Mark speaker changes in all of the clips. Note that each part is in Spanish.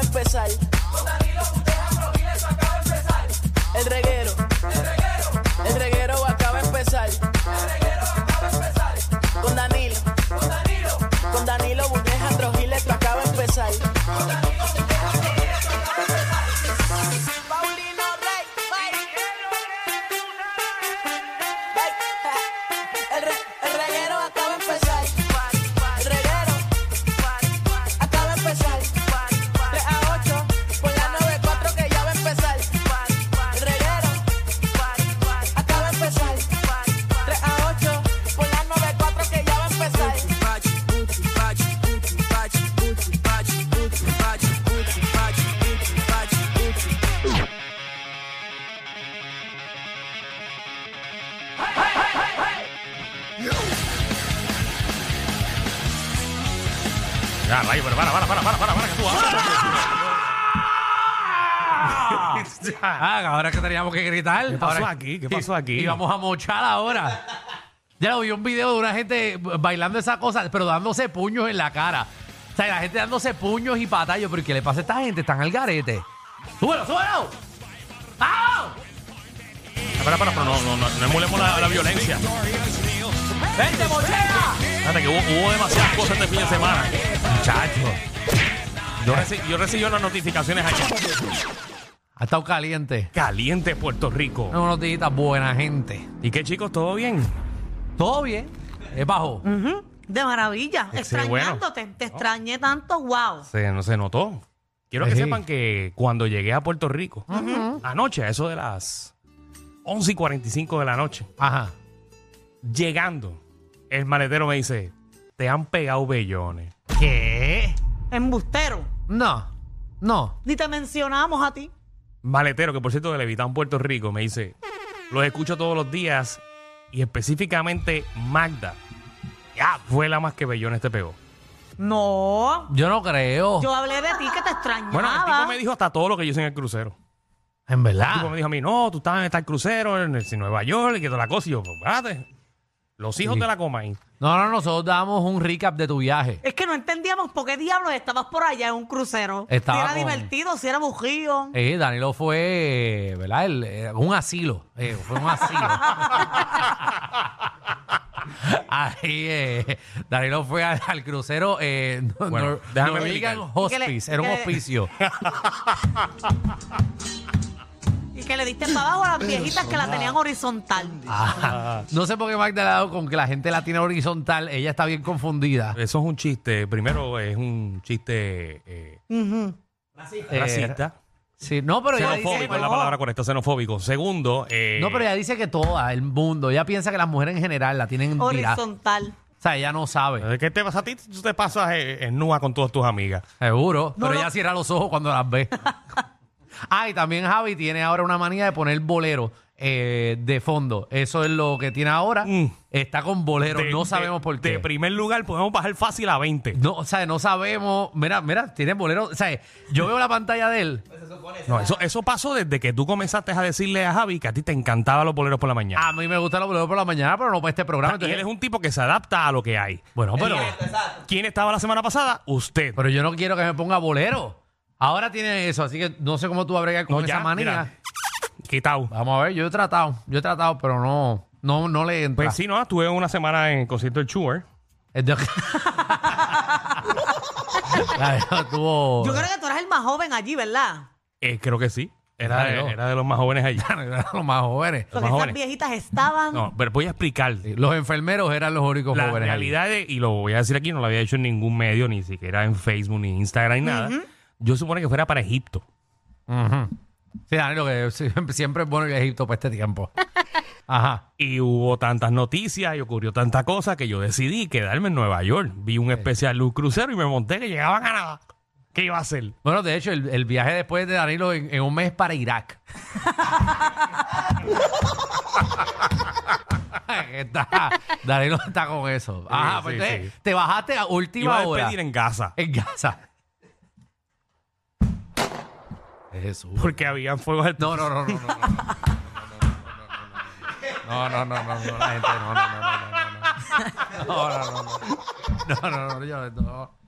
Speaker 1: empezar. El reguero. El reguero acaba de empezar. Con Danilo. Con Danilo Budeja, Trujillo, esto acaba de empezar. Paulino Rey, Mike. El re- el reguero acaba de empezar. El reguero acaba de empezar. 3 a 8, por la 9-4 que ya va a empezar. El reguero acaba de empezar. 3 a 8, por la 9-4 que ya va a empezar.
Speaker 2: Ya, rayo, pero para, para, para, para, para, para, que tú hablas.
Speaker 3: Ah, ahora es que teníamos que gritar.
Speaker 4: ¿Qué pasó
Speaker 3: Ahora-
Speaker 4: aquí? ¿Qué pasó aquí?
Speaker 3: Y, vamos a mochar ahora. Ya lo vi un video de una gente bailando esa cosa, pero dándose puños en la cara. O sea, la gente dándose puños y patallos. ¿Pero qué le pasa a esta gente? Están al garete. ¡Súbelo, súbelo! ¡Ah!
Speaker 2: Para, para, pero no, no, no, no emulemos la, la violencia.
Speaker 3: ¡Vente, mochera!
Speaker 2: Fíjate que hubo, hubo demasiadas cosas este fin de semana.
Speaker 3: Chacho,
Speaker 2: Yo, reci- yo recibí unas notificaciones allá.
Speaker 3: ha estado caliente.
Speaker 2: Caliente Puerto Rico.
Speaker 3: Una notita buena, gente.
Speaker 2: ¿Y qué, chicos? ¿Todo bien?
Speaker 3: Todo bien. Es bajo.
Speaker 5: Ujú, De maravilla, extrañándote, te
Speaker 2: Oh.
Speaker 5: extrañé tanto, wow.
Speaker 2: Se, no, se notó. Quiero que
Speaker 3: Sí.
Speaker 2: sepan que cuando llegué a Puerto Rico, anoche, a eso de las 11 y 45 de la noche,
Speaker 3: Ajá.
Speaker 2: llegando, el maletero me dice, te han pegado bellones.
Speaker 3: ¿Qué?
Speaker 5: Embustero,
Speaker 3: No. No.
Speaker 5: ni te mencionamos a ti.
Speaker 2: Maletero, que por cierto, de Levitán, Puerto Rico, me dice, los escucho todos los días y específicamente Magda. Ya, fue la más que bellones te pegó. este
Speaker 5: No,
Speaker 3: Yo no creo.
Speaker 5: yo hablé de ti que te extrañaba.
Speaker 2: Bueno, el tipo me dijo hasta todo lo que yo hice en el crucero.
Speaker 3: En
Speaker 2: El
Speaker 3: verdad.
Speaker 2: tipo me dijo a mí, no, tú estabas en tal crucero, en, el- en Nueva York, y que toda la cosa. Y yo, pues, espérate, los hijos
Speaker 3: Sí.
Speaker 2: de la Comay.
Speaker 3: No, no, nosotros damos un recap de tu viaje.
Speaker 5: Es que no entendíamos por qué diablos estabas por allá en un crucero.
Speaker 3: Estaba
Speaker 5: si era
Speaker 3: con-
Speaker 5: divertido, si era bujío.
Speaker 3: Eh, Danilo fue, ¿verdad? El, eh, un asilo. eh, fue un asilo. Ahí, eh, Danilo fue al, al crucero eh, no-
Speaker 2: Bueno,
Speaker 3: no-
Speaker 2: déjame
Speaker 3: Norwegian
Speaker 2: explicar.
Speaker 3: Hospice.
Speaker 5: Que le-
Speaker 3: era un
Speaker 5: que le-
Speaker 3: hospicio.
Speaker 5: Y que le diste para abajo a las viejitas que la tenían horizontal.
Speaker 2: Ah,
Speaker 3: Ajá. no sé por qué Magda le ha dado con que la gente la tiene horizontal. Ella está bien confundida.
Speaker 2: Eso es un chiste. Primero es un chiste eh,
Speaker 5: Ujú.
Speaker 3: Eh,
Speaker 2: racista.
Speaker 3: sí, no, pero ella dice,
Speaker 2: Xenofóbico es la palabra correcta, xenofóbico. Segundo, eh,
Speaker 3: no, pero ella dice que todo el mundo. Ella piensa que las mujeres en general la tienen tirada. O
Speaker 5: Horizontal.
Speaker 3: sea, ella no sabe.
Speaker 2: ¿qué te pasa a ti? Tú te pasas eh, en nua con todas tus amigas.
Speaker 3: Seguro,
Speaker 5: No,
Speaker 3: pero
Speaker 5: no.
Speaker 3: ella cierra los ojos cuando las ve. ah, y también Javi tiene ahora una manía de poner bolero eh, de fondo. Eso es lo que tiene ahora.
Speaker 2: Mm.
Speaker 3: Está con bolero,
Speaker 2: De-
Speaker 3: no
Speaker 2: de-
Speaker 3: sabemos por qué.
Speaker 2: De primer lugar, podemos bajar fácil a 20.
Speaker 3: no, o sea, no sabemos. Mira, mira, tiene bolero. O sea, yo veo la pantalla de él.
Speaker 2: No, eso, eso pasó desde que tú comenzaste a decirle a Javi que a ti te encantaban los boleros por la mañana. Ah,
Speaker 3: A mí me gustan los boleros por la mañana, pero Ah, no para este programa.
Speaker 2: y él es
Speaker 3: Entonces-
Speaker 2: un tipo que se adapta a lo que hay.
Speaker 3: Bueno, pero,
Speaker 2: ¿Quién estaba la semana pasada? Usted.
Speaker 3: pero yo no quiero que me ponga bolero. Ahora tiene eso, así que no sé cómo tú vas a bregar con
Speaker 2: No,
Speaker 3: esa
Speaker 2: ya,
Speaker 3: manía.
Speaker 2: mira, quitado.
Speaker 3: Vamos a ver, yo he tratado, yo he tratado, pero no, no, no le entra.
Speaker 2: Pues sí, no, estuve una semana en el concierto del Chuer.
Speaker 3: El de- Claro, tuvo-
Speaker 5: Yo creo que tú eras el más joven allí, ¿verdad?
Speaker 2: Eh, creo que sí. Era,
Speaker 3: Claro.
Speaker 2: de, era de los más jóvenes allí.
Speaker 3: eran los más jóvenes.
Speaker 2: Los
Speaker 5: Porque
Speaker 2: más
Speaker 5: esas
Speaker 2: jóvenes.
Speaker 5: viejitas estaban.
Speaker 2: No, pero voy a explicar.
Speaker 3: Los enfermeros eran los únicos
Speaker 2: La
Speaker 3: jóvenes. allí.
Speaker 2: realidad, de- y lo voy a decir aquí, no lo había hecho en ningún medio, ni siquiera en Facebook, ni Instagram, ni nada. Yo supone que fuera para Egipto.
Speaker 3: Ujú. Sí, Danilo, que siempre, siempre es bueno ir a Egipto para este tiempo. Ajá.
Speaker 2: Y hubo tantas noticias y ocurrió tanta cosa que yo decidí quedarme en Nueva York. Vi un especial de un crucero y me monté que llegaba a Canadá. ¿Qué iba a hacer?
Speaker 3: Bueno, de hecho, el, el viaje después de Danilo en, en un mes para Irak. Está- Danilo está con eso. Ajá,
Speaker 2: Sí,
Speaker 3: pues
Speaker 2: sí,
Speaker 3: entonces,
Speaker 2: sí.
Speaker 3: te bajaste a
Speaker 2: Iba
Speaker 3: última
Speaker 2: a
Speaker 3: hora
Speaker 2: despedir en Gaza.
Speaker 3: en Gaza. Jesús.
Speaker 2: Porque habían fuegos artificiales.
Speaker 3: No, no, no, no, no. No, no, no, no, no, no, no, no, no, no, no, no, la gente, no, no, no, no, no, no, no, no, no, no, no, no, no, yo no,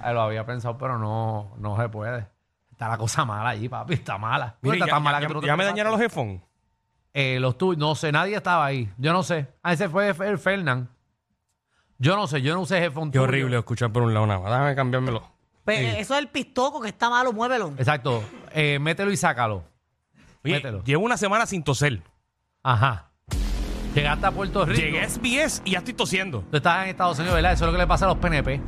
Speaker 3: ahí lo había pensado, pero no, no se puede. Está la cosa mala allí, papi. Está mala.
Speaker 2: Mira,
Speaker 3: está
Speaker 2: ya,
Speaker 3: tan
Speaker 2: ya-
Speaker 3: mala
Speaker 2: ya-
Speaker 3: que tú no te
Speaker 2: ya me
Speaker 3: acordaste.
Speaker 2: dañaron los headphones.
Speaker 3: Eh, los tuyos, no sé, nadie estaba ahí. Yo no sé. Ah, ese fue el Fernán. Yo no sé, yo no usé headphone.
Speaker 2: Qué
Speaker 3: tuyo.
Speaker 2: horrible escuchar por un lado nada más. Déjame cambiármelo.
Speaker 5: Pe- pues, Eso es el pistoco que está malo, muévelo.
Speaker 3: Exacto. Eh, mételo y sácalo.
Speaker 2: Oye,
Speaker 3: Mételo.
Speaker 2: llevo una semana sin toser.
Speaker 3: Ajá. Llegaste a Puerto Rico.
Speaker 2: Llegué a SBS y ya estoy tosiendo.
Speaker 3: Tú estás en Estados Unidos, ¿verdad? Eso es lo que le pasa a los PNP.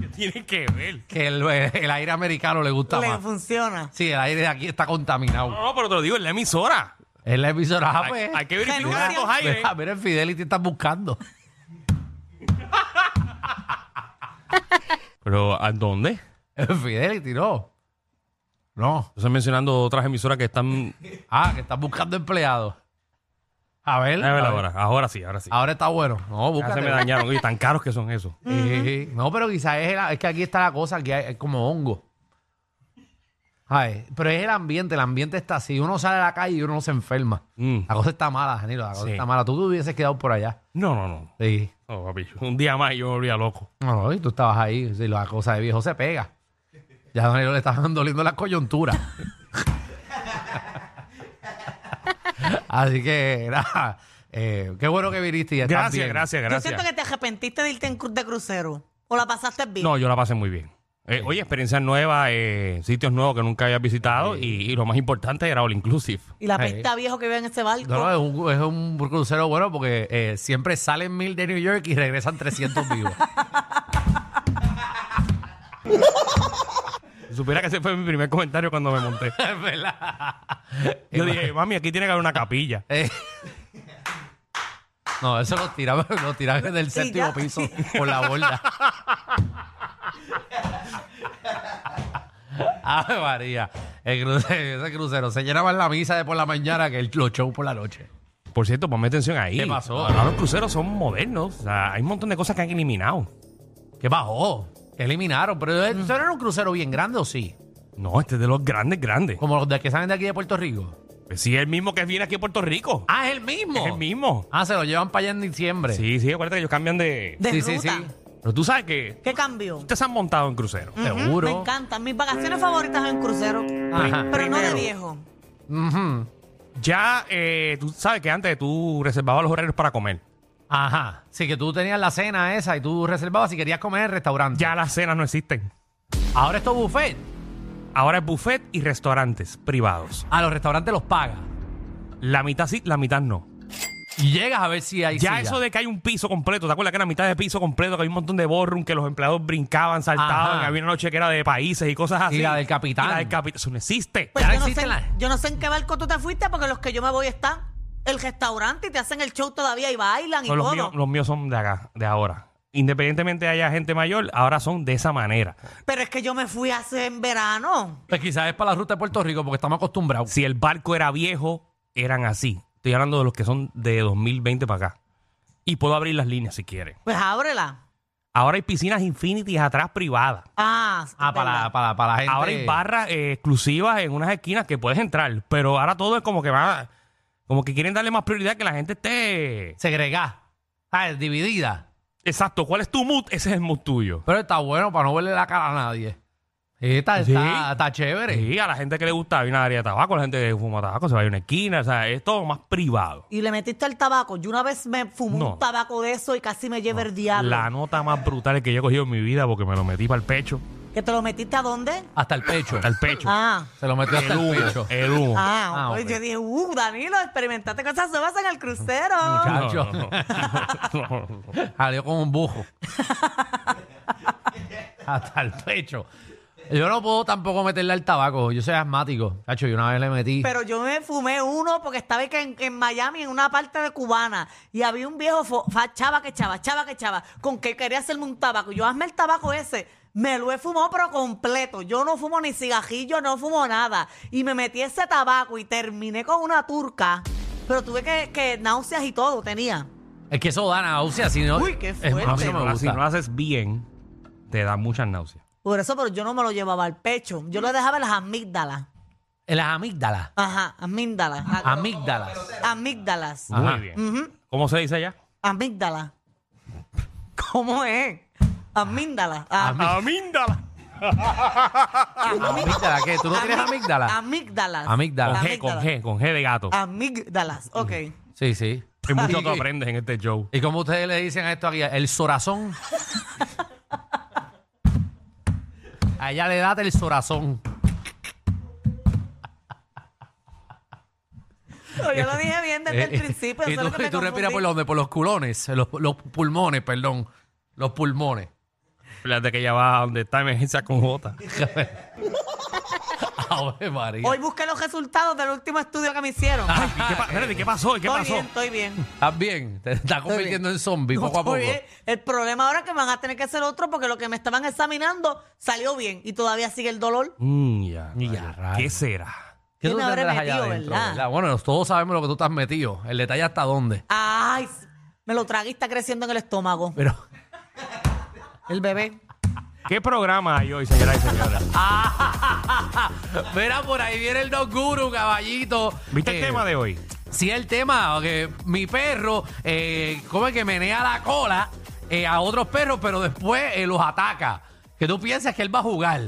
Speaker 2: ¿Qué tiene que ver?
Speaker 3: Que el, el aire americano le gusta
Speaker 5: Le
Speaker 3: más.
Speaker 5: funciona.
Speaker 3: Sí, el aire de aquí está
Speaker 2: No,
Speaker 3: contaminado.
Speaker 2: no, pero te lo digo, es la emisora.
Speaker 3: Es la emisora. ah,
Speaker 2: Hay,
Speaker 3: pues.
Speaker 2: hay que verificar
Speaker 5: Mira,
Speaker 2: estos aires.
Speaker 3: Mira, mira, el Fidelity está buscando.
Speaker 2: Pero, ¿a dónde?
Speaker 3: El Fidelity, no. No.
Speaker 2: Estás mencionando otras emisoras que están...
Speaker 3: Ah, que están buscando empleados. A ver.
Speaker 2: Déjame ver
Speaker 3: a ver.
Speaker 2: ahora, ahora sí, ahora sí.
Speaker 3: Ahora está bueno. No,
Speaker 2: Ya se
Speaker 3: búscate.
Speaker 2: me dañaron. Oye, tan caros que son esos.
Speaker 3: Eh, no, pero quizás es, el- es que aquí está la cosa, aquí hay- es como hongo. Ay, pero es el ambiente, el ambiente está así. Uno sale a la calle y uno no se enferma.
Speaker 2: Mm.
Speaker 3: La cosa está mala, Danilo, la cosa
Speaker 2: Sí.
Speaker 3: está mala. Tú te hubieses quedado por allá.
Speaker 2: No, no, no.
Speaker 3: Sí.
Speaker 2: No, papi. Un día más y yo me volvía loco.
Speaker 3: No, no, y tú estabas ahí. Sí, la cosa de viejo se pega. Ya a Danilo le estaban doliendo las coyunturas. así que, nada. eh, qué bueno que viniste y ya estás
Speaker 2: Gracias,
Speaker 3: bien.
Speaker 2: gracias,
Speaker 5: Yo
Speaker 2: gracias.
Speaker 5: siento que te arrepentiste de irte en cru- de crucero. O la pasaste bien.
Speaker 2: No, yo la pasé muy bien. Eh, Oye, experiencias nuevas, eh, sitios nuevos que nunca había visitado y, y lo más importante era All Inclusive.
Speaker 5: Y la
Speaker 3: Ay.
Speaker 5: pista viejo que vive en ese barco.
Speaker 3: No, no, es un, es un crucero bueno porque eh, siempre salen mil de New York y regresan 300 vivos.
Speaker 2: Si Supiera que ese fue mi primer comentario cuando me monté.
Speaker 3: Es verdad.
Speaker 2: Yo dije, mami, aquí tiene que haber una capilla.
Speaker 3: Eh, No, eso lo tiraban, lo tiraban del
Speaker 5: Sí,
Speaker 3: séptimo
Speaker 5: ya.
Speaker 3: piso por la borda. Ay, María. El crucero, ese crucero. Se llenaban la misa de por la mañana que el, los shows por la noche.
Speaker 2: Por cierto, ponme atención ahí.
Speaker 3: ¿Qué pasó?
Speaker 2: Ahora los cruceros son modernos. O sea, hay un montón de cosas que han eliminado.
Speaker 3: ¿Qué bajó? ¿Qué eliminaron? Pero eh, ¿eso era un crucero bien grande o sí?
Speaker 2: No, este es de los grandes, grandes.
Speaker 3: Como los de que salen de aquí de Puerto Rico.
Speaker 2: Pues sí, es el mismo que viene aquí a Puerto Rico.
Speaker 3: Ah, es el mismo.
Speaker 2: Es el mismo.
Speaker 3: Ah, se lo llevan para allá en diciembre.
Speaker 2: Sí, sí, acuérdate que ellos cambian de...
Speaker 5: De
Speaker 3: sí, sí,
Speaker 5: ruta.
Speaker 3: sí.
Speaker 2: Pero tú sabes que
Speaker 5: ¿Qué cambió?
Speaker 2: ustedes se han montado en crucero.
Speaker 3: Seguro.
Speaker 5: Me encantan. Mis vacaciones favoritas son en crucero.
Speaker 3: Ajá.
Speaker 5: Pero no de
Speaker 2: Primero.
Speaker 5: viejo.
Speaker 3: Ujú.
Speaker 2: Ya, eh, tú sabes que antes tú reservabas los horarios para comer.
Speaker 3: Ajá. Sí, que tú tenías la cena esa y tú reservabas si querías comer en el restaurante.
Speaker 2: Ya las cenas no existen.
Speaker 3: Ahora esto es buffet.
Speaker 2: Ahora es buffet y restaurantes privados.
Speaker 3: A Ah, los restaurantes los pagas.
Speaker 2: La mitad sí, la mitad no.
Speaker 3: Y llegas a ver si hay
Speaker 2: Ya
Speaker 3: silla.
Speaker 2: eso de que hay un piso completo, ¿te acuerdas que era mitad de piso completo, que había un montón de borrum, que los empleados brincaban, saltaban,
Speaker 3: Ajá.
Speaker 2: que había una noche que era de países y cosas así?
Speaker 3: Y la del capitán.
Speaker 2: Y la del capitán. Eso no existe.
Speaker 5: Pues
Speaker 3: Ya
Speaker 5: yo, no sé,
Speaker 3: existen las-
Speaker 5: yo no sé en qué barco tú te fuiste porque los que yo me voy están el restaurante y te hacen el show todavía y bailan y
Speaker 2: No, los,
Speaker 5: todo.
Speaker 2: míos, los míos son de acá, de ahora. Independientemente haya gente mayor, ahora son de esa manera.
Speaker 5: Pero es que yo me fui hace en verano.
Speaker 3: Pues quizás es para la ruta de Puerto Rico porque estamos acostumbrados.
Speaker 2: Si el barco era viejo, eran así. Estoy hablando de los que son de 2020 para acá. Y puedo abrir las líneas si quieren.
Speaker 5: Pues ábrela.
Speaker 2: Ahora hay piscinas infinities atrás privadas.
Speaker 5: Ah, es
Speaker 3: Ah, para
Speaker 5: verdad.
Speaker 3: la, para, la- para la gente.
Speaker 2: Ahora hay barras eh, exclusivas en unas esquinas que puedes entrar, pero ahora todo es como que va, como que quieren darle más prioridad que la gente esté.
Speaker 3: Segregada. ¿Sabes? Dividida.
Speaker 2: Exacto, ¿cuál es tu mood? Ese es el mood tuyo.
Speaker 3: Pero está bueno para no verle la cara a nadie. Sí, Está,
Speaker 2: Sí.
Speaker 3: está, está chévere.
Speaker 2: Sí, a la gente que le gusta hay una área de tabaco, la gente que fuma tabaco se va a una esquina, o sea, es todo más privado.
Speaker 5: Y le metiste el tabaco. Yo una vez me fumé
Speaker 2: No.
Speaker 5: un tabaco de eso y casi me llevé el diablo.
Speaker 2: La nota más brutal que yo he cogido en mi vida porque me lo metí para el pecho,
Speaker 5: ¿Que te lo metiste a dónde?
Speaker 3: Hasta el pecho.
Speaker 2: al pecho,
Speaker 5: Ah.
Speaker 3: Se lo metió hasta
Speaker 2: el
Speaker 3: el,
Speaker 2: humo, Eh,
Speaker 3: pecho.
Speaker 2: el humo.
Speaker 5: Ah,
Speaker 3: Ah,
Speaker 5: pues
Speaker 3: ok.
Speaker 5: yo dije, uh, Danilo, experimentaste cosas nuevas en el crucero.
Speaker 3: Muchacho.
Speaker 2: No, no, no. No, no, no.
Speaker 3: Salió con un bujo. Hasta el pecho. Yo no puedo tampoco meterle al tabaco. Yo soy asmático. Cacho, yo una vez le metí.
Speaker 5: Pero yo me fumé uno porque estaba que en, en Miami, en una parte de cubana, y había un viejo fo- fa- chava que chava, chava que chava, con que quería hacerme un tabaco. Yo hazme el tabaco ese. Me lo he fumado pero completo. Yo no fumo ni cigajillo, no fumo nada. Y me metí ese tabaco y terminé con una turca. Pero tuve que, que náuseas y todo tenía.
Speaker 3: Es que eso da náusea. Si no,
Speaker 5: Uy, qué
Speaker 3: es-
Speaker 5: fuerte.
Speaker 3: a mí
Speaker 2: Si
Speaker 3: no
Speaker 2: no
Speaker 3: me
Speaker 2: la- si
Speaker 3: gusta.
Speaker 2: no lo haces bien, te da muchas náuseas.
Speaker 5: Por eso, pero yo no me lo llevaba al pecho. Yo le dejaba en las amígdalas.
Speaker 3: En Las amígdalas.
Speaker 5: Ajá, amígdalas. A-
Speaker 3: Amígdalas.
Speaker 5: Amígdalas.
Speaker 3: Ajá.
Speaker 2: Muy bien. ¿Cómo se dice allá?
Speaker 5: Amígdala. ¿Cómo es? Amígdala. Ah,
Speaker 2: Amíndala.
Speaker 3: amígdala, ¿qué? ¿Tú no tienes
Speaker 5: Amí-
Speaker 3: amígdala?
Speaker 5: Amígdalas.
Speaker 2: Con
Speaker 3: Amígdalas.
Speaker 2: G, con G, con G de gato.
Speaker 5: Amígdalas, ok.
Speaker 3: Sí, Ah. sí.
Speaker 2: Que mucho
Speaker 3: Y-
Speaker 2: tú aprendes en este show.
Speaker 3: ¿Y cómo ustedes le dicen a esto aquí? El sorazón. A ella le da el sorazón.
Speaker 5: Pero yo lo dije bien desde el principio.
Speaker 3: Eh, y
Speaker 5: eso
Speaker 3: tú,
Speaker 5: es lo que
Speaker 3: y
Speaker 5: me
Speaker 3: tú respiras
Speaker 5: confundí.
Speaker 3: por donde? Por los culones. Los, los pulmones, perdón. Los pulmones.
Speaker 2: Fíjate que ella va a donde está emergencia con J.
Speaker 3: Ave María.
Speaker 5: Hoy busqué los resultados del último estudio que me hicieron.
Speaker 3: Ah,
Speaker 2: Ay, ¿y ¿Qué, pa- espérate, ¿qué pasó? ¿Y ¿Qué
Speaker 5: estoy
Speaker 2: pasó?
Speaker 5: bien, estoy bien.
Speaker 3: ¿Estás bien? Te estás convirtiendo en zombie
Speaker 5: No,
Speaker 3: poco a poco.
Speaker 5: estoy bien. El problema ahora es que me van a tener que hacer otro porque lo que me estaban examinando salió bien y todavía sigue el dolor.
Speaker 2: Mm, ya,
Speaker 3: Ya,
Speaker 2: rayos.
Speaker 3: rayos.
Speaker 2: ¿Qué será?
Speaker 3: ¿Qué
Speaker 5: ¿Qué
Speaker 3: tú
Speaker 5: me habré
Speaker 3: tendrás allá
Speaker 5: metido,
Speaker 3: adentro,
Speaker 5: verdad?
Speaker 3: verdad? Bueno, todos sabemos lo que tú estás metido. El detalle hasta dónde.
Speaker 5: Ay, me lo tragué y está creciendo en el estómago.
Speaker 3: Pero...
Speaker 5: El bebé.
Speaker 2: ¿Qué programa hay hoy, señoras y señores?
Speaker 3: Ah, Mira, por ahí viene el Dog Guru, caballito.
Speaker 2: ¿Viste
Speaker 3: Eh,
Speaker 2: el tema de hoy?
Speaker 3: Sí, el tema, que mi perro, eh, como es que menea la cola eh, a otros perros, pero después eh, los ataca. Que tú piensas que él va a jugar.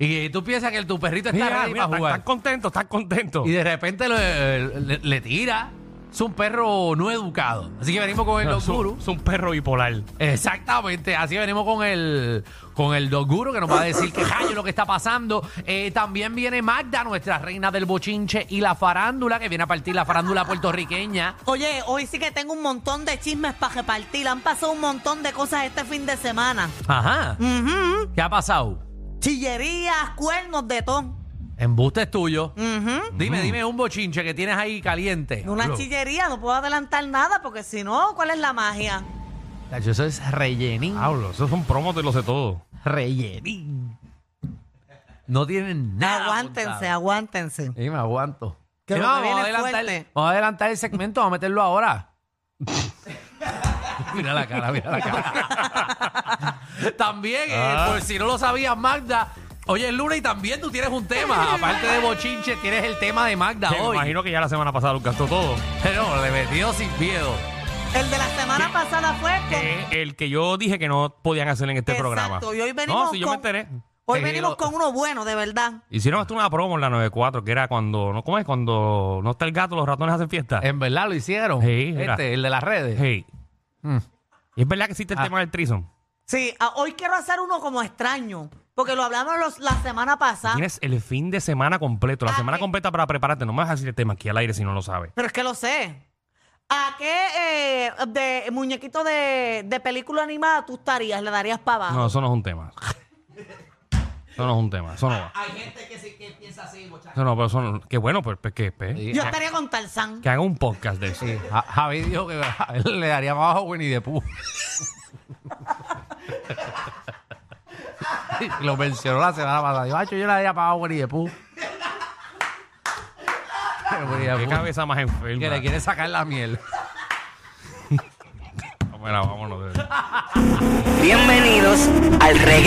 Speaker 3: Y eh, tú piensas que el- tu perrito está
Speaker 2: Mira,
Speaker 3: ready
Speaker 2: mira,
Speaker 3: para
Speaker 2: están,
Speaker 3: jugar.
Speaker 2: están contentos, están contentos.
Speaker 3: Y de repente le, le- le tira. Es un perro no educado. Así que venimos con el
Speaker 2: No,
Speaker 3: Dog
Speaker 2: es, un,
Speaker 3: Guru.
Speaker 2: es un perro bipolar.
Speaker 3: Exactamente, así venimos con el con el Dog Guru que nos va a decir qué rayo es lo que está pasando. Eh, también viene Magda, nuestra reina del bochinche y la farándula, que viene a partir la farándula puertorriqueña.
Speaker 5: Oye, hoy sí que tengo un montón de chismes para repartir. Han pasado un montón de cosas este fin de semana.
Speaker 3: Ajá.
Speaker 5: Ujú.
Speaker 3: ¿Qué ha pasado?
Speaker 5: Chillerías, cuernos, de todo.
Speaker 3: Embuste es tuyo.
Speaker 5: Ujú.
Speaker 3: Dime, dime un bochinche que tienes ahí caliente.
Speaker 5: Mm. Una
Speaker 3: Hablo.
Speaker 5: chillería, no puedo adelantar nada porque si no, ¿cuál es la magia?
Speaker 3: Tacho, Eso es rellenín.
Speaker 2: Pablo, esos son promos de lo sé todo.
Speaker 3: Rellenín. No tienen nada.
Speaker 5: aguántense,
Speaker 3: montado.
Speaker 5: aguántense.
Speaker 3: Sí, me aguanto.
Speaker 5: Que
Speaker 3: Sí,
Speaker 5: lo que
Speaker 3: vamos, a
Speaker 5: viene
Speaker 3: adelantar,
Speaker 5: fuerte.
Speaker 3: vamos a adelantar el segmento, vamos a meterlo ahora. mira la cara, mira la cara. también, eh,
Speaker 2: Ah.
Speaker 3: por si no lo sabías, Magda, hoy es lunes y también tú tienes un tema. Aparte de bochinche, tienes el tema de Magda
Speaker 2: Que me
Speaker 3: hoy.
Speaker 2: imagino que ya la semana pasada lo gastó todo.
Speaker 3: Pero le metió sin miedo.
Speaker 5: El de la semana pasada fue con
Speaker 2: Que es el que yo dije que no podían hacer en este
Speaker 5: Exacto,
Speaker 2: programa.
Speaker 5: y hoy venimos
Speaker 2: No, si yo me
Speaker 5: con-
Speaker 2: enteré.
Speaker 5: Hoy
Speaker 3: Sí,
Speaker 5: venimos
Speaker 3: lo-
Speaker 5: con uno bueno, de verdad.
Speaker 2: Hicieron hasta una promo en la 94, que era cuando, ¿no? ¿Cómo es? Cuando no está el gato, los ratones hacen fiesta.
Speaker 3: En verdad lo hicieron.
Speaker 2: Sí, mira.
Speaker 3: este, el de las redes.
Speaker 2: Hey.
Speaker 3: Mm.
Speaker 2: Y es verdad que existe el
Speaker 3: Ah.
Speaker 2: tema del trison.
Speaker 5: Sí, a- hoy quiero hacer uno como extraño, porque lo hablamos los- la semana pasada.
Speaker 2: Tienes el fin de semana completo, la
Speaker 5: Ah,
Speaker 2: semana
Speaker 5: eh.
Speaker 2: completa para prepararte. No me vas a decir el tema aquí al aire si no lo sabes.
Speaker 5: Pero es que lo sé. ¿A qué eh, de muñequito de, de película animada tú estarías? ¿Le darías para abajo?
Speaker 2: No, eso no es un tema. Eso no es un tema. Eso no va. Hay gente que, piensa así, muchachos. no, pero eso no- Que bueno, pues, pues, que, pues,
Speaker 3: Sí.
Speaker 5: Yo estaría con Tarzán.
Speaker 2: que haga un podcast de eso.
Speaker 3: Sí, Ja- Javi dijo que le daría más abajo a Winnie the Pooh. Y Lo mencionó la semana pasada. Dijo, "Acho, yo le daría más abajo a Winnie the Pooh. Winnie the
Speaker 2: Qué
Speaker 3: Pooh,
Speaker 2: cabeza más enferma.
Speaker 3: que le quiere sacar la miel.
Speaker 2: Mira, vámonos. de verdad.
Speaker 4: Bienvenidos al reggae.